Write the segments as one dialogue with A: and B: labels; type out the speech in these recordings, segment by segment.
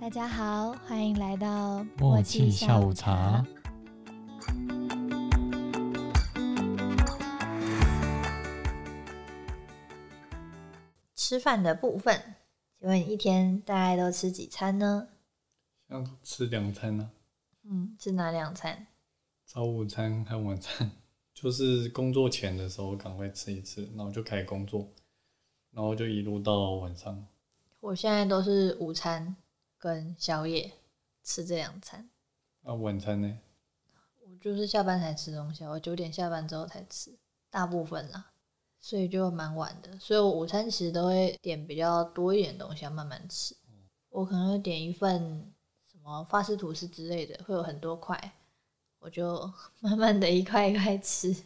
A: 大家好，欢迎来到
B: 默契下午茶。
A: 吃饭的部分，请问你一天大概都吃几餐呢？
B: 要吃两餐啊，
A: 嗯，是哪两餐？
B: 早午餐和晚餐， 就是工作前的时候赶快吃一次，然后就开始工作，然后就一路到晚上。
A: 我现在都是午餐跟宵夜吃这两餐。
B: 那、啊、晚餐呢？
A: 我就是下班才吃东西啊，我九点下班之后才吃，大部分啦，所以就蛮晚的。所以我午餐其实都会点比较多一点东西，要慢慢吃。我可能会点一份什么法式吐司之类的，会有很多块，我就 慢慢的一块一块吃。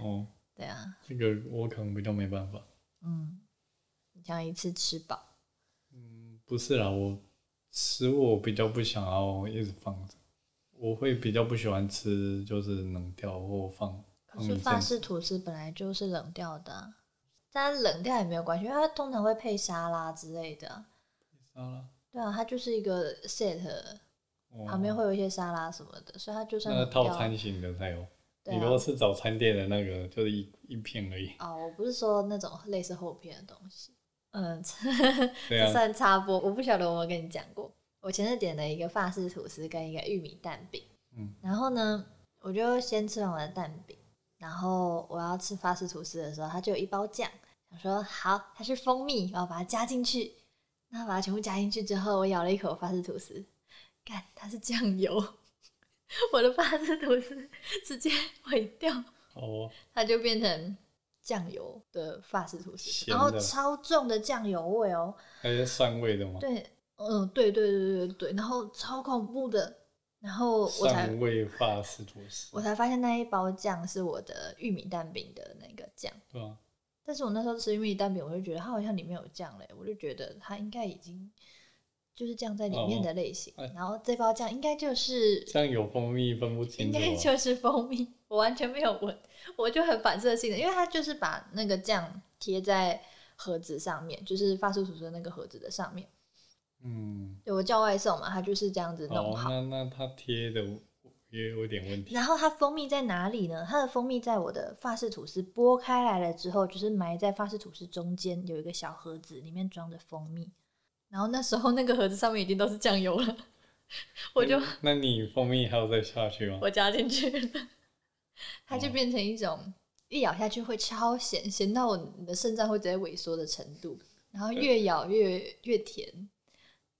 B: 哦，
A: 对啊，
B: 这个我可能比较没办法。
A: 嗯，你想一次吃饱？
B: 嗯，不是啦，我食物我比较不想要一直放着，我会比较不喜欢吃就是冷掉或放。
A: 可是法式吐司本来就是冷掉的啊、但冷掉也没有关系，因为它通常会配沙拉之类的啊。
B: 沙拉，
A: 对啊，它就是一个 set，
B: 哦
A: 旁边会有一些沙拉什么的，所以它就算
B: 那
A: 冷掉
B: 套餐型的才有。
A: 对
B: 你如果
A: 啊。
B: 是早餐店的那个，就是一一片而已。
A: 哦，我不是说那种类似厚片的东西。嗯，
B: 对
A: 这
B: 啊，
A: 算插播，我不晓得我有没有跟你讲过，我前阵点了一个法式吐司跟一个玉米蛋饼，
B: 嗯，
A: 然后呢，我就先吃完我的蛋饼，然后我要吃法式吐司的时候，它就有一包酱，想说好，它是蜂蜜，我要把它加进去，那把它全部加进去之后，我咬了一口法式吐司，干，它是酱油， 我的法式吐司直接毁掉。
B: 好哦，
A: 它就变成酱油的法式吐司，
B: 咸
A: 然后
B: 的
A: 超重的酱油味哦、
B: 还是蒜味的吗？
A: 对，嗯，对对对对对，然后超恐怖的，然后我才
B: 蒜味法式吐司，
A: 我才发现那一包酱是我的玉米蛋饼的那个酱，
B: 对吧、
A: 但是我那时候吃玉米蛋饼，我就觉得它好像里面有酱嘞，我就觉得它应该已经就是酱在里面的类型，
B: 哦哎
A: 然后这包酱应该就是
B: 这样有蜂蜜分不清
A: 应
B: 楚、
A: 该
B: 啊。
A: 就是蜂蜜，我完全没有闻，我就很反射性的，因为它就是把那个酱贴在盒子上面，就是发出吐司的那个盒子的上面。
B: 嗯，
A: 对我叫外送嘛，它就是这样子弄
B: 哦，
A: 好。
B: 那那它贴的也有点问题。
A: 然后它蜂蜜在哪里呢？它的蜂蜜在我的法式吐司剥开来了之后，就是埋在法式吐司中间有一个小盒子，里面装着蜂蜜。然后那时候那个盒子上面已经都是酱油了，我就
B: 那你蜂蜜还有再下去吗？
A: 我加进去了，它就
B: 哦
A: 变成一种一咬下去会超咸，咸到我你的肾脏会直接萎缩的程度，然后越咬越越甜，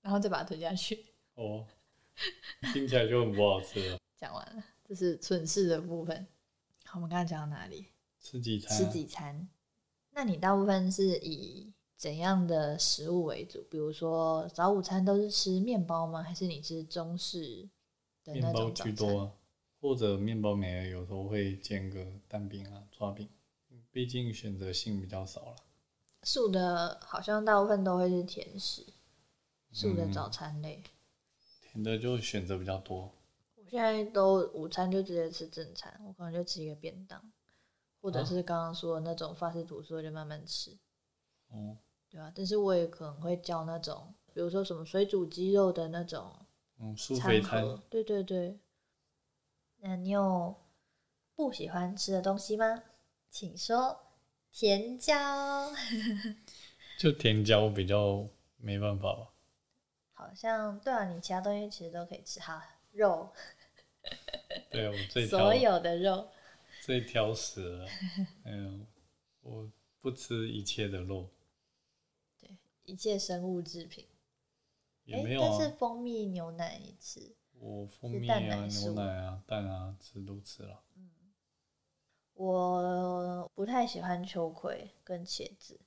A: 然后再把它吞下去。
B: 哦，听起来就很不好吃了。
A: 讲完了，这是蠢事的部分。好，我们刚刚讲到哪里？
B: 吃几餐、
A: 吃
B: 啊？
A: 几餐？那你大部分是以怎样的食物为主？比如说早午餐都是吃面包吗？还是你吃中式的那
B: 面包
A: 种早
B: 居
A: 餐？
B: 多啊，或者面包没了，有时候会煎个蛋饼啊、抓饼，毕竟选择性比较少了。
A: 素的好像大部分都会是甜食，素
B: 嗯
A: 的早餐类。
B: 甜的就选择比较多，
A: 我现在都午餐就直接吃正餐，我可能就吃一个便当，或者是刚刚说的那种法式吐司，我就慢慢吃，
B: 哦，
A: 对啊？但是我也可能会叫那种，比如说什么水煮鸡肉的那种
B: 嗯，素
A: 餐
B: 肥餐
A: 盒，对对对。那你有不喜欢吃的东西吗？请说。甜椒，
B: 就甜椒比较没办法吧。
A: 好像对啊，你其他东西其实都可以吃，好肉，
B: 对我最挑
A: 所有的肉。
B: 最挑食了，嗯，我不吃一切的肉，
A: 一切生物制品。
B: 也
A: 诶
B: 没有
A: 哎但是
B: 啊，
A: 蜂蜜牛奶你吃，
B: 我蜂蜜
A: 是蛋
B: 啊、
A: 奶素
B: 牛奶啊、蛋啊吃都吃了。
A: 我不太喜欢秋葵跟茄子，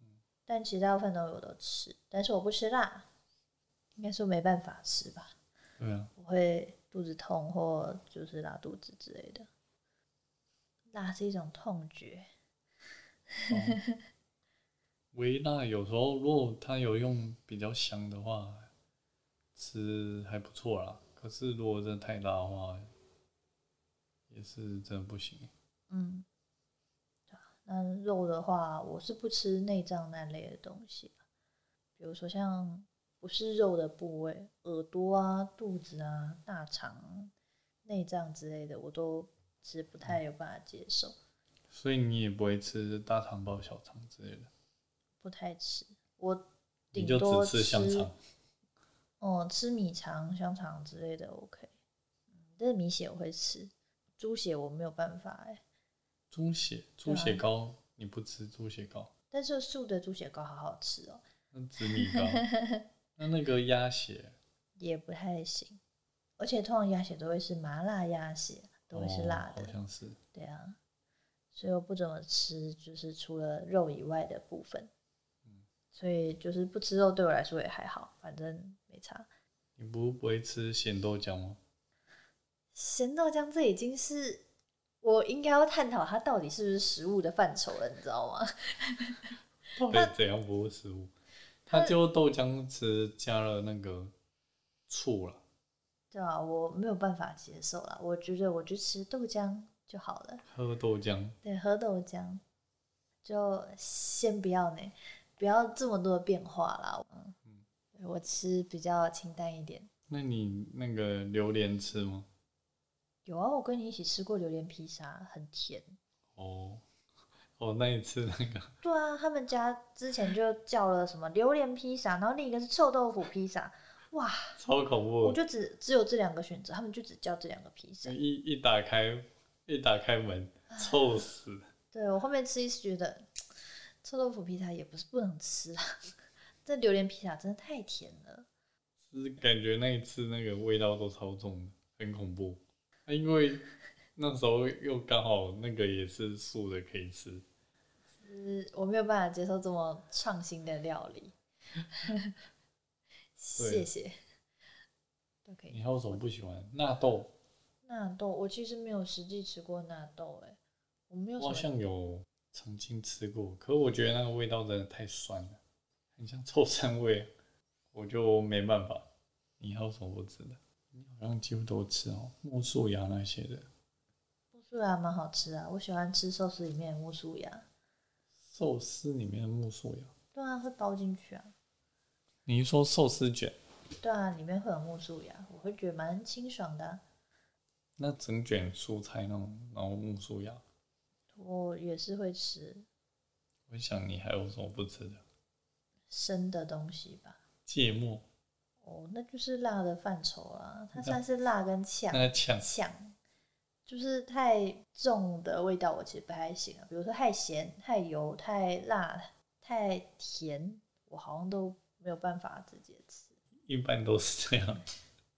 B: 嗯
A: 但其实大部分都有都吃，但是我不吃辣，应该说没办法吃吧，
B: 对啊，
A: 我会肚子痛或就是拉肚子之类的。辣是一种痛觉，
B: 哦微辣有时候如果它有用比较香的话，吃还不错啦。可是如果真的太辣的话，也是真的不行。
A: 嗯，对啊那肉的话，我是不吃内脏那类的东西，比如说像不是肉的部位，耳朵啊、肚子啊、大肠、内脏之类的，我都其实不太有办法接受，
B: 所以你也不会吃大肠包小肠之类的，
A: 不太吃。我
B: 你
A: 顶
B: 就
A: 多
B: 只吃香肠。
A: 哦，吃米肠、香肠之类的 OK，嗯，但是米血我会吃，猪血我没有办法哎、
B: 猪血，猪血糕你不吃猪血糕，
A: 但是素的猪血糕好好吃哦、
B: 那紫米糕，那那个鸭血，
A: 也不太行，而且通常鸭血都会是麻辣鸭血，都会是辣的，
B: 哦好像是。
A: 对啊，所以我不怎么吃，就是除了肉以外的部分，
B: 嗯
A: 所以就是不吃肉对我来说也还好，反正没差。
B: 你不不会吃咸豆浆吗？
A: 咸豆浆这已经是我应该要探讨它到底是不是食物的范畴了，你知道吗？
B: 到底怎样不会食物？它就豆浆吃加了那个醋了，
A: 对啊，我没有办法接受啦，我觉得我去吃豆浆就好了。
B: 喝豆浆，
A: 对，喝豆浆就先不要呢，不要这么多的变化啦。嗯，对我吃比较清淡一点。
B: 那你那个榴莲吃吗？
A: 有啊，我跟你一起吃过榴莲披萨，很甜。
B: 哦，哦，那你吃那个
A: 对啊，他们家之前就叫了什么榴莲披萨，然后另一个是臭豆腐披萨。哇，
B: 超恐
A: 我
B: 怖
A: 就只只有这两个选择，他们就只叫这两个披萨
B: 的，。一一打开一打开门，臭死！
A: 对我后面吃一次觉得，臭豆腐披萨也不是不能吃啊， 这榴莲披萨真的太甜了。
B: 就是感觉那一次那个味道都超重的，很恐怖。啊因为那时候又刚好那个也是素的可以吃，
A: 就是我没有办法接受这么创新的料理。 谢谢。都可以。
B: 你还有什么不喜欢？纳豆，
A: 纳豆，我其实没有实际吃过纳豆、欸，哎，我没有
B: 我好
A: 什么。
B: 像有曾经吃过，可我觉得那个味道真的太酸了，很像臭酸味，我就没办法。你还有什么不吃的？你好像几乎都吃哦，木薯芽那些的，
A: 木薯芽蛮好吃啊，我喜欢吃寿司里面的木薯芽。
B: 寿司里面的木薯芽。
A: 对啊，会包进去啊。
B: 你一说寿司卷，
A: 对啊，里面会有木薯芽，我会觉得蛮清爽的啊、
B: 那整卷蔬菜那种，然后木薯芽，
A: 我也是会吃
B: 我想你还有什么不吃的？
A: 生的东西吧。
B: 芥末，
A: 哦，那就是辣的范畴啦，它
B: 那
A: 算是辣跟呛。
B: 那抢
A: 呛，就是太重的味道，我其实不太行啊。比如说太咸、太油、太辣、太甜，我好像都没有办法直接吃。
B: 一般都是这样。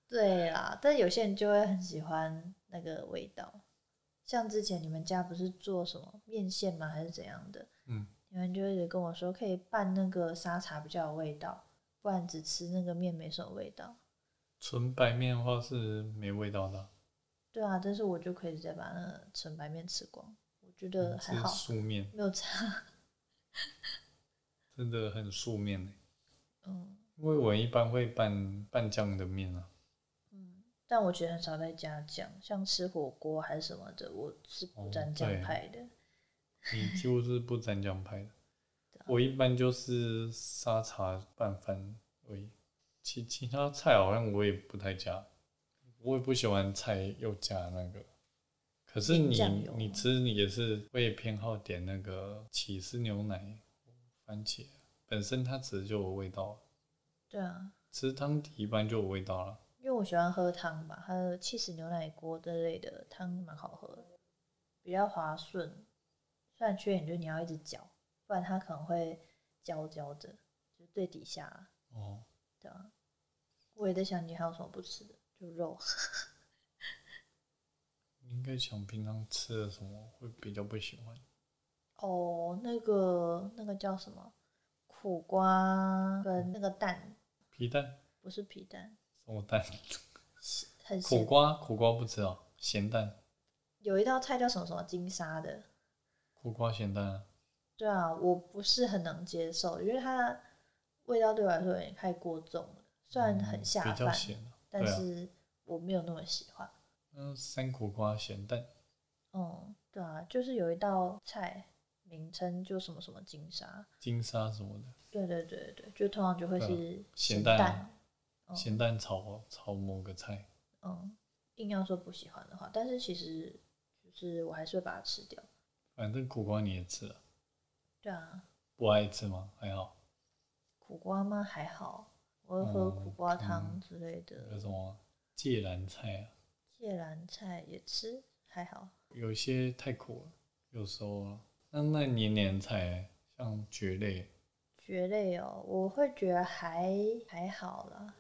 A: 对啦，但有些人就会很喜欢那个味道。像之前你们家不是做什么面线吗？还是怎样的？
B: 嗯，
A: 你们就一直跟我说可以拌那个沙茶比较有味道，不然只吃那个面没什么味道。
B: 纯白面的话是没味道的啊，
A: 对啊，但是我就可以直接把那个纯白面吃光，我觉得呃还
B: 是
A: 好，
B: 素面，
A: 没有差。
B: 真的很素面、欸、
A: 嗯，
B: 因为我一般会拌拌酱的面啊，
A: 但我觉得很少在加酱，像吃火锅还是什么的，我是不
B: 哦
A: 沾酱
B: 对
A: 派的。
B: 你几乎是不沾酱拍的。
A: 啊
B: 我一般就是沙茶拌饭而已，其其他菜好像我也不太加，我也不喜欢菜又加那个。可是你
A: 酱油
B: 你吃你也是会偏好点那个起司牛奶番茄，本身它其实就有味道，
A: 对啊，
B: 吃汤底一般就有味道了。
A: 因为我喜欢喝汤吧，还有气死牛奶锅之类的汤蛮好喝的，比较滑顺。虽然缺点就是你要一直搅，不然它可能会焦焦的，就最底下啊，
B: 哦，
A: 对啊。我也在想你还有什么不吃的，就肉。
B: 你应该想平常吃的什么会比较不喜欢？
A: 哦，那个那个叫什么？苦瓜跟那个蛋，
B: 皮蛋、
A: 不是皮蛋，
B: 什么蛋？
A: 很咸
B: 苦瓜苦瓜不吃哦，咸蛋
A: 有一道菜叫什么什么金沙的，
B: 苦瓜咸蛋啊。
A: 对啊，我不是很能接受，因为它味道对我来说有点太过重了，虽然很下
B: 嗯比较
A: 饭，
B: 咸、啊，
A: 但
B: 对啊
A: 是我没有那么喜欢。
B: 嗯，三苦瓜咸蛋，
A: 嗯，对啊，就是有一道菜，名称就什么什么金沙，
B: 金沙什么的，
A: 对对对对，就通常就会
B: 对啊
A: 是
B: 咸
A: 蛋，
B: 蛋啊
A: 嗯
B: 咸蛋炒炒某个菜，
A: 嗯，硬要说不喜欢的话，但是其实就是我还是会把它吃掉。
B: 反正苦瓜你也吃了，
A: 对啊，
B: 不爱吃吗？还好，
A: 苦瓜吗？还好，我会喝
B: 哦
A: 苦瓜汤
B: 嗯
A: 之类的。
B: 有什么芥蓝菜啊？
A: 芥蓝菜也吃，还好。
B: 有一些太苦了，有时候啊那那黏黏菜，像蕨类
A: 蕨类哦，我会觉得还还好啦。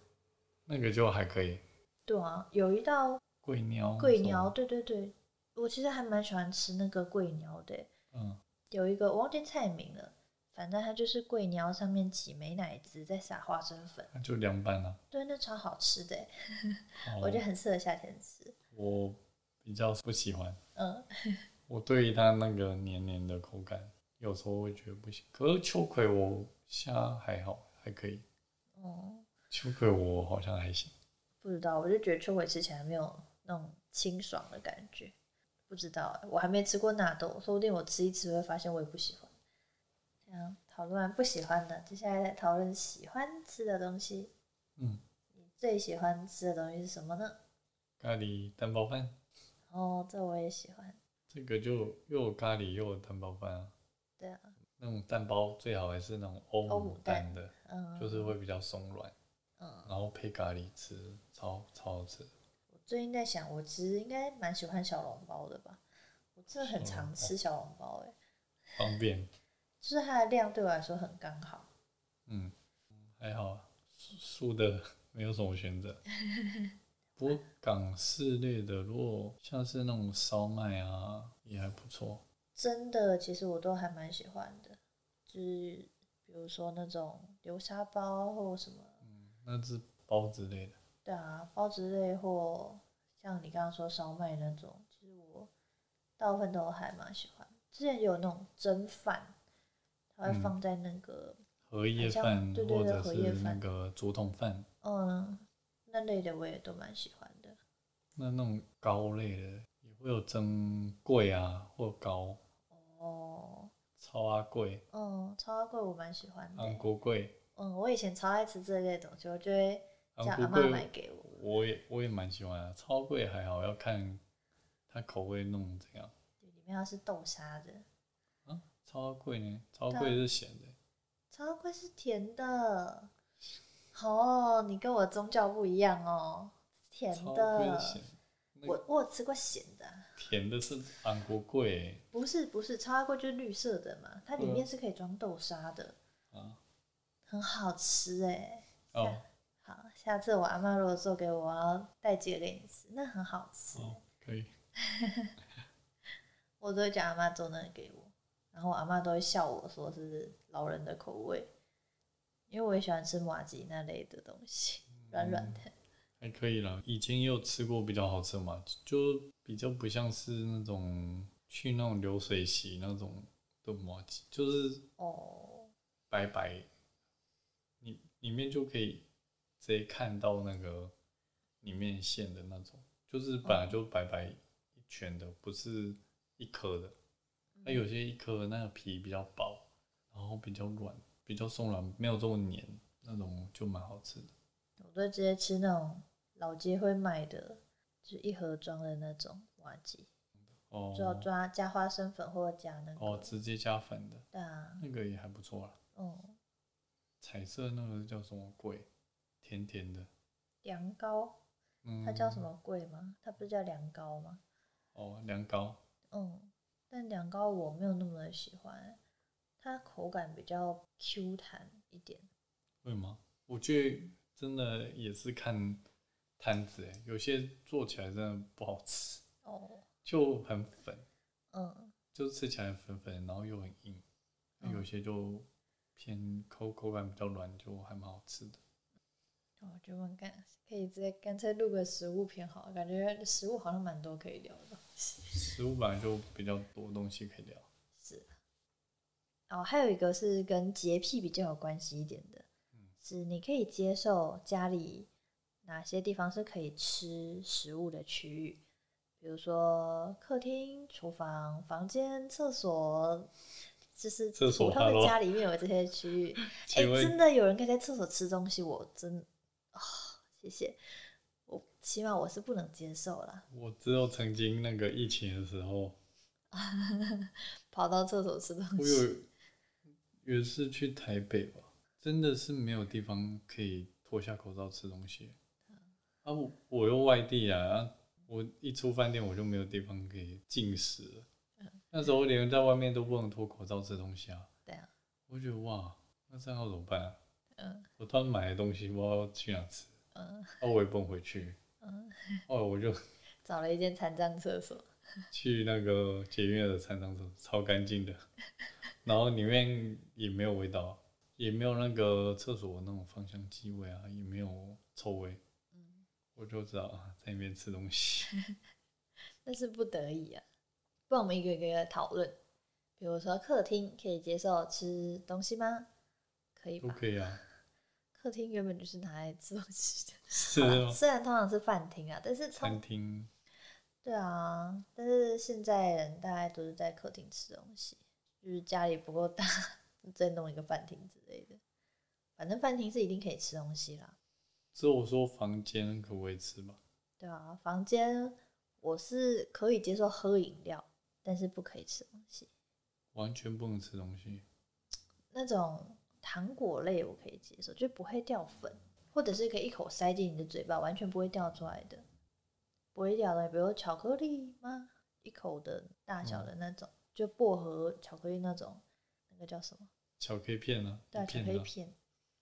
B: 那个就还可以，
A: 对啊，有一道
B: 桂鸟，
A: 桂鸟，，对对对，我其实还蛮喜欢吃那个桂鸟的欸。
B: 嗯，
A: 有一个我忘记菜名了，反正它就是桂鸟上面挤美乃滋，再撒花生粉，
B: 那就啊凉拌了、
A: 对，那超好吃的欸，
B: 好
A: 我觉得很适合夏天吃。
B: 哦我比较不喜欢，
A: 嗯，
B: 我对于它那个黏黏的口感，有时候会觉得不行。可是秋葵我虾还好，还可以，
A: 哦、
B: 秋葵我好像还行。
A: 不知道，我就觉得秋葵吃起来没有那种清爽的感觉。不知道欸、我还没吃过纳豆，说不定我吃一吃会发现我也不喜欢。这样讨论完不喜欢的，接下来来讨论喜欢吃的东西。
B: 嗯，
A: 你最喜欢吃的东西是什么呢？
B: 咖喱蛋包饭，
A: 哦，这我也喜欢。
B: 这个就又有咖喱又有蛋包饭啊。
A: 对啊，
B: 那种蛋包最好还是那种欧
A: 欧
B: 姆
A: 姆蛋
B: 蛋的，
A: 嗯，
B: 就是会比较松软，
A: 嗯，
B: 然后配咖喱吃，超超好吃。
A: 我最近在想，我其实应该蛮喜欢小笼包的吧？我真的很
B: 小笼
A: 常
B: 包
A: 吃小笼包、欸，哎，
B: 方便，
A: 就是它的量对我来说很刚好。
B: 嗯，还好啊，素素的没有什么 选择。不过港式类的，如果像是那种烧麦啊，也还不错。
A: 真的，其实我都还蛮喜欢的，就是比如说那种流沙包或什么，
B: 那是包之类的，
A: 对啊，包子类或像你刚刚说烧麦那种，其实我大部分都还蛮喜欢。之前有那种蒸饭，它会
B: 嗯
A: 放在那个
B: 荷叶
A: 好像
B: 饭
A: 对对
B: 或
A: 对
B: 者
A: 荷叶
B: 是那
A: 饭
B: 个竹筒饭，
A: 嗯那类的，我也都蛮喜欢的。
B: 那那种糕类的也会有蒸桂啊或糕，
A: 哦，
B: 超阿桂、
A: 嗯，超阿贵我蛮喜欢的
B: 安
A: 欸。
B: 国桂。
A: 嗯，我以前超爱吃这类东西，我就会叫
B: 韩
A: 阿
B: 国
A: 妈买
B: 贵
A: 给我。
B: 我也我也蛮喜欢的，超贵还好，要看它口味弄怎样。
A: 里面要是豆沙的，
B: 啊，超贵呢，超
A: 对啊
B: 贵是咸的，
A: 超贵是甜的。哦，你跟我宗教不一样哦，甜
B: 超贵
A: 的
B: 是。咸的。那
A: 我我有吃过咸的啊、
B: 甜的是韩国贵
A: 不是不是，超贵就是绿色的嘛，它里
B: 对啊
A: 面是可以装豆沙的，
B: 啊，
A: 很好吃哎。
B: 哦
A: 好，下次我阿妈如果做给我，我要带几个给你吃，那很好吃。
B: 哦，可以，
A: 我都会叫阿妈做那个给我，然后我阿妈都会笑我说是老人的口味，因为我也喜欢吃麻吉那类的东西，
B: 嗯
A: 软软的。
B: 还可以啦。以前也有吃过比较好吃的嘛，就比较不像是那种去那种流水席那种的麻吉，就是
A: 哦，
B: 白白，你里面就可以直接看到那个里面馅的那种，就是本
A: 嗯
B: 来就白白一圈的，不是一颗的。
A: 嗯
B: 那有些一颗的那个皮比较薄，然后比较软，比较松软，没有这么黏，那种就蛮好吃的。
A: 我都直接吃那种老街会卖的，就是一盒装的那种麻吉，就要
B: 哦
A: 抓加花生粉或者加那个。
B: 哦，直接加粉的
A: 对啊，
B: 那个也还不错啦。
A: 嗯，
B: 彩色那个叫什么鬼？甜甜的，
A: 凉糕，
B: 嗯，
A: 它叫什？么贵吗？它不是叫凉糕吗？
B: 哦，凉糕，
A: 嗯，但凉糕我没有那么的喜欢，它口感比较 Q 弹一点。
B: 会吗？我觉得真的也是看摊子诶，有些做起来真的不好吃，
A: 哦，
B: 就很粉，
A: 嗯，
B: 就吃起来粉粉，然后又很硬。那有些就偏口口感比较软，就还蛮好吃的。
A: 我觉得我们哦干可以直接干脆录个食物篇好了，感觉食物好像蛮多可以聊的。
B: 食物本来就比较多东西可以聊，
A: 是啊。哦，还有一个是跟洁癖比较有关系一点的，
B: 嗯
A: 是你可以接受家里哪些地方是可以吃食物的区域，比如说客厅、厨房、房间、厕所就是
B: 厕所
A: 普通的
B: hello
A: 家里面有这些区域。哎、
B: 请问
A: 真的有人可以在厕所吃东西，我真啊、谢谢。我起码我是不能接受啦，
B: 我只有曾经那个疫情的时候，
A: 跑到厕所吃东
B: 我
A: 西。
B: 有有一次去台北吧，真的是没有地方可以脱下口罩吃东西。啊，我我又外地啊，啊我一出饭店我就没有地方可以进食了。那时候连在外面都不能脱口罩吃东西啊。
A: 对啊，
B: 我觉得哇，那这样要怎么办啊？
A: 嗯
B: 我突然买的东西不知道去哪吃，
A: 嗯
B: 啊，我也不能回去。
A: 嗯，
B: 后来我就
A: 找了一间残障厕所。
B: 去那个捷运的餐场所，超干净的， 然后里面也没有味道，也没有那个厕所那种芳香气味啊，也没有臭味。
A: 嗯
B: 我就知道啊在那边吃东西。
A: 那是不得已啊。不然我们一个一个来讨论，比如说客厅可以接受吃东西吗？可以
B: 都
A: 吧？
B: 可以啊，
A: 客厅原本就是拿来吃东西的，
B: 是
A: 好啦
B: 哦
A: 虽然通常是饭厅啊，但是
B: 餐
A: 通
B: 厅
A: 对啊，但是现在人大概都是在客厅吃东西，就是家里不够大，再弄一个饭厅之类的。反正饭厅是一定可以吃东西啦，
B: 只有说房间可不可以吃吧？
A: 对啊，房间我是可以接受喝饮料，但是不可以吃东西。
B: 完全不能吃东西，
A: 那种糖果类我可以接受，就不会掉粉，或者是可以一口塞进你的嘴巴，完全不会掉出来的，不会掉的，比如巧克力吗？一口的大小的那种，就薄荷巧克力那种，那个叫什么？
B: 巧克力片啊，
A: 对啊，
B: 一
A: 巧
B: 片
A: 克
B: 的
A: 力
B: 啊、
A: 片，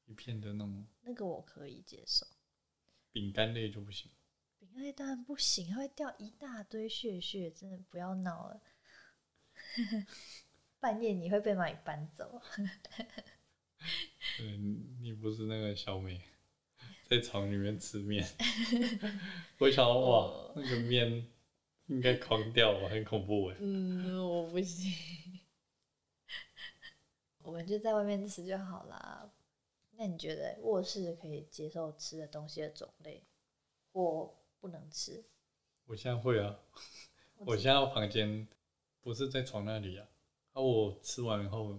B: 一片的那种
A: 那个我可以接受。
B: 饼干类就不行。
A: 饼干类当然不行，它会掉一大堆屑屑，真的不要闹了。 半夜你会被蚂蚁搬走啊，
B: 对，你你不是那个小美，在厂里面吃面， 我想到哇，那个面应该狂掉吧，很恐怖哎。
A: 嗯，我不行。我们就在外面吃就好啦。那你觉得卧室可以接受吃的东西的种类，或不能吃？
B: 我现在会啊，
A: 我
B: 我现在房间不是在床那里啊，啊，我吃完后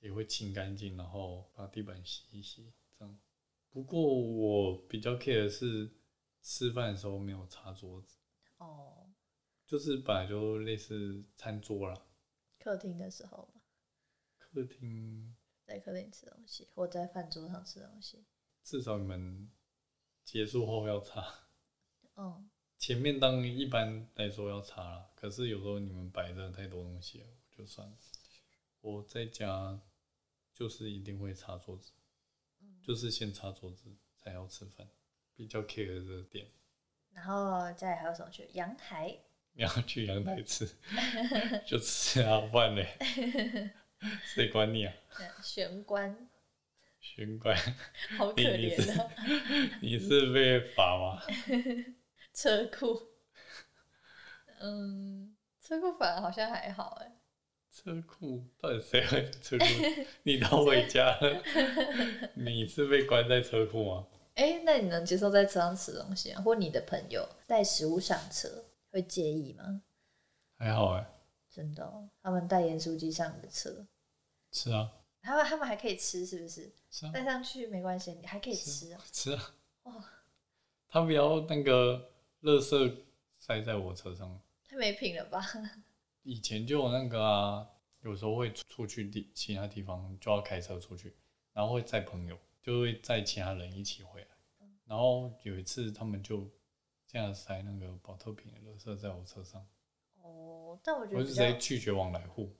B: 也会清干净，然后把地板洗一洗，这样。不过我比较 care 的是吃饭的时候没有擦桌子，
A: 哦，
B: 就是本来就类似餐桌啦，
A: 客厅的时候嘛，
B: 客厅
A: 在客厅吃东西，或在饭桌上吃东西。
B: 至少你们结束后要擦。
A: 嗯，
B: 前面当然一般来说要擦啦，可是有时候你们摆着太多东西了，我就算了。我在家就是一定会擦桌子，就是先擦桌子才要吃饭，比较 care 这个点。
A: 然后家里还有什么去阳台？
B: 你要去阳台吃，就吃啊，不然嘞，谁管你啊？
A: 那玄关，
B: 玄怪，
A: 好可
B: 你是
A: 怜啊！
B: 你是被罚吗？
A: 车库，嗯，车库反而好像还好哎、
B: 车库到底谁会车库？你都回家了，你是被关在车库吗？
A: 哎，那你能接受在车上吃东西啊？或你的朋友带食物上车会介意吗？
B: 还好哎、
A: 真的、哦，他们带盐酥鸡上你的车，
B: 吃啊，
A: 他们他们还可以吃，是不是？
B: 吃啊，
A: 带上去没关系，你还可以吃啊。
B: 吃啊。
A: 哇
B: 他不要那个垃圾塞在我车上。
A: 太没品了吧？
B: 以前就有那个啊，有时候会出去地其他地方就要开车出去，然后会载朋友，就会载其他人一起回来。然后有一次他们就这样塞那个保特瓶的垃圾在我车上，
A: 哦，但我觉
B: 我
A: 得
B: 就
A: 比
B: 直
A: 较
B: 接拒绝往来户。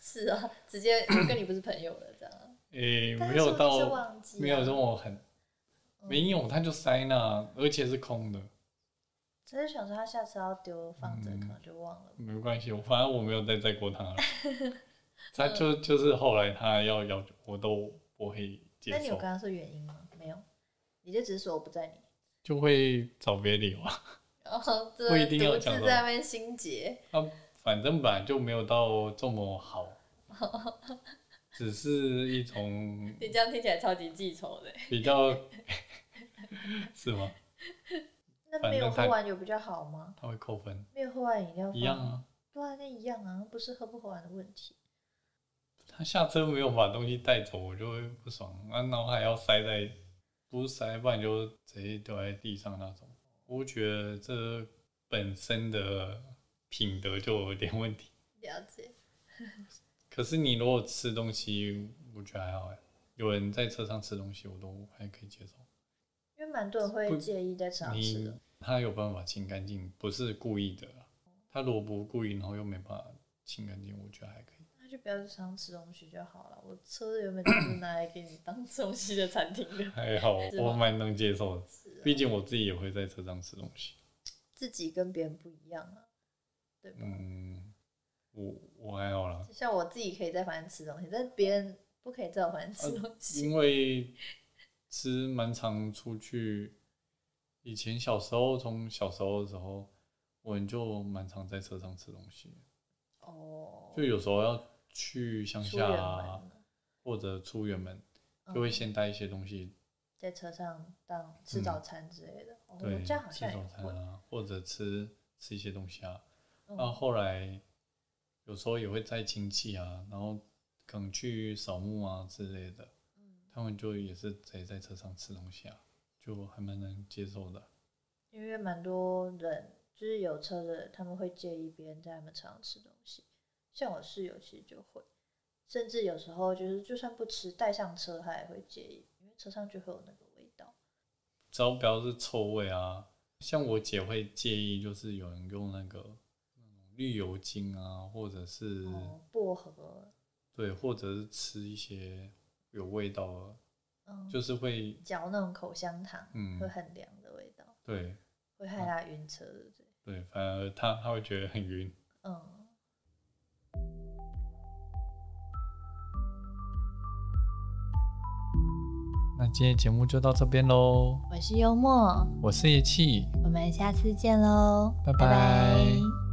A: 是啊，直接我跟你不是朋友了这样啊。
B: 诶、
A: 但
B: 没
A: 是说你
B: 有
A: 是
B: 到，
A: 忘记啊嗯
B: 没有让我很没有，他就塞那，而且是空的。
A: 只是想说他下次要丢放
B: 嗯
A: 着，可能就忘了。
B: 没关系，我反正我没有再载过他 了。他就
A: 嗯
B: 就是后来他要要求我都不会接
A: 那你有
B: 受
A: 跟，他说原因吗？没有，你就只是说我不在你，
B: 就会找别理由啊。
A: 然后这
B: 不一定要
A: 独自
B: 讲什么
A: 在那边心结。
B: 他啊反正本来就没有到这 么好，只是一种
A: 你这样听起来超级记仇的。欸
B: 比较 是吗？
A: 那
B: 反
A: 没有
B: 正他
A: 喝完有比较好吗？
B: 他会扣分，
A: 没有喝完饮料放
B: 一样啊。
A: 对啊，那一样啊，不是喝不喝完的问题。
B: 他下车没有把东西带走，我就会不爽，啊，然后还要塞在，不是塞，不然就直接丢在地上那种。我觉得这本身的品德就有点问题。
A: 了解。
B: 可是你如果吃东西，我觉得还好哎。有人在车上吃东西，我都还可以接受。
A: 因为蛮多人会介意在车上吃的
B: 你。他有办法清干净，不是故意的啦。他如果不故意，然后又没办法清干净，我觉得还可以。，
A: 那就不要在车上吃东西就好了。我车原本就是 拿来给你当吃东西的餐厅的
B: 还好，
A: 是吗
B: 我蛮能接受的。
A: 是啊
B: 毕竟我自己也会在车上吃东西。
A: 自己跟别人不一样啊，对吧？
B: 嗯，我我还好啦，
A: 就像我自己可以在房间吃东西，但是别人不可以在我房间吃东西。
B: 呃因为其实蛮常出去。以前小时候，从小时候的时候，我们就蛮常在车上吃东西，
A: 哦，
B: 就有时候要去乡
A: 出
B: 下
A: 远
B: 啊，
A: 门
B: 或者出远门，
A: 嗯
B: 就会先带一些东西，
A: 在车上当吃早餐之类的。哦，
B: 嗯对，
A: 我家好
B: 吃
A: 像也
B: 早餐
A: 会。
B: 啊，或者吃吃一些东西啊。
A: 嗯
B: 那后来有时候也会带亲戚啊，然后可能去扫墓啊之类的，
A: 嗯
B: 他们就也是直接在车上吃东西啊，就还蛮能接受的。
A: 因为蛮多人就是有车的人，他们会介意别人在他们车上吃东西。像我室友其实就会，甚至有时候就是就算不吃，带上车他也会介意，因为车上就会有那个味道。
B: 只要不要是臭味啊，像我姐会介意，就是有人用那个那种绿油精啊，或者是、
A: 哦，薄荷，
B: 对，或者是吃一些有味道的，
A: 嗯，
B: 就是会
A: 嚼那种口香糖，
B: 嗯
A: 会很凉的味道，
B: 对
A: 会害他晕车，对不对？
B: 对，反而她她会觉得很晕。
A: 嗯，
B: 那今天节目就到这边喽，
A: 我是幽默，
B: 我是叶气。
A: 我们下次见喽，
B: 拜拜拜拜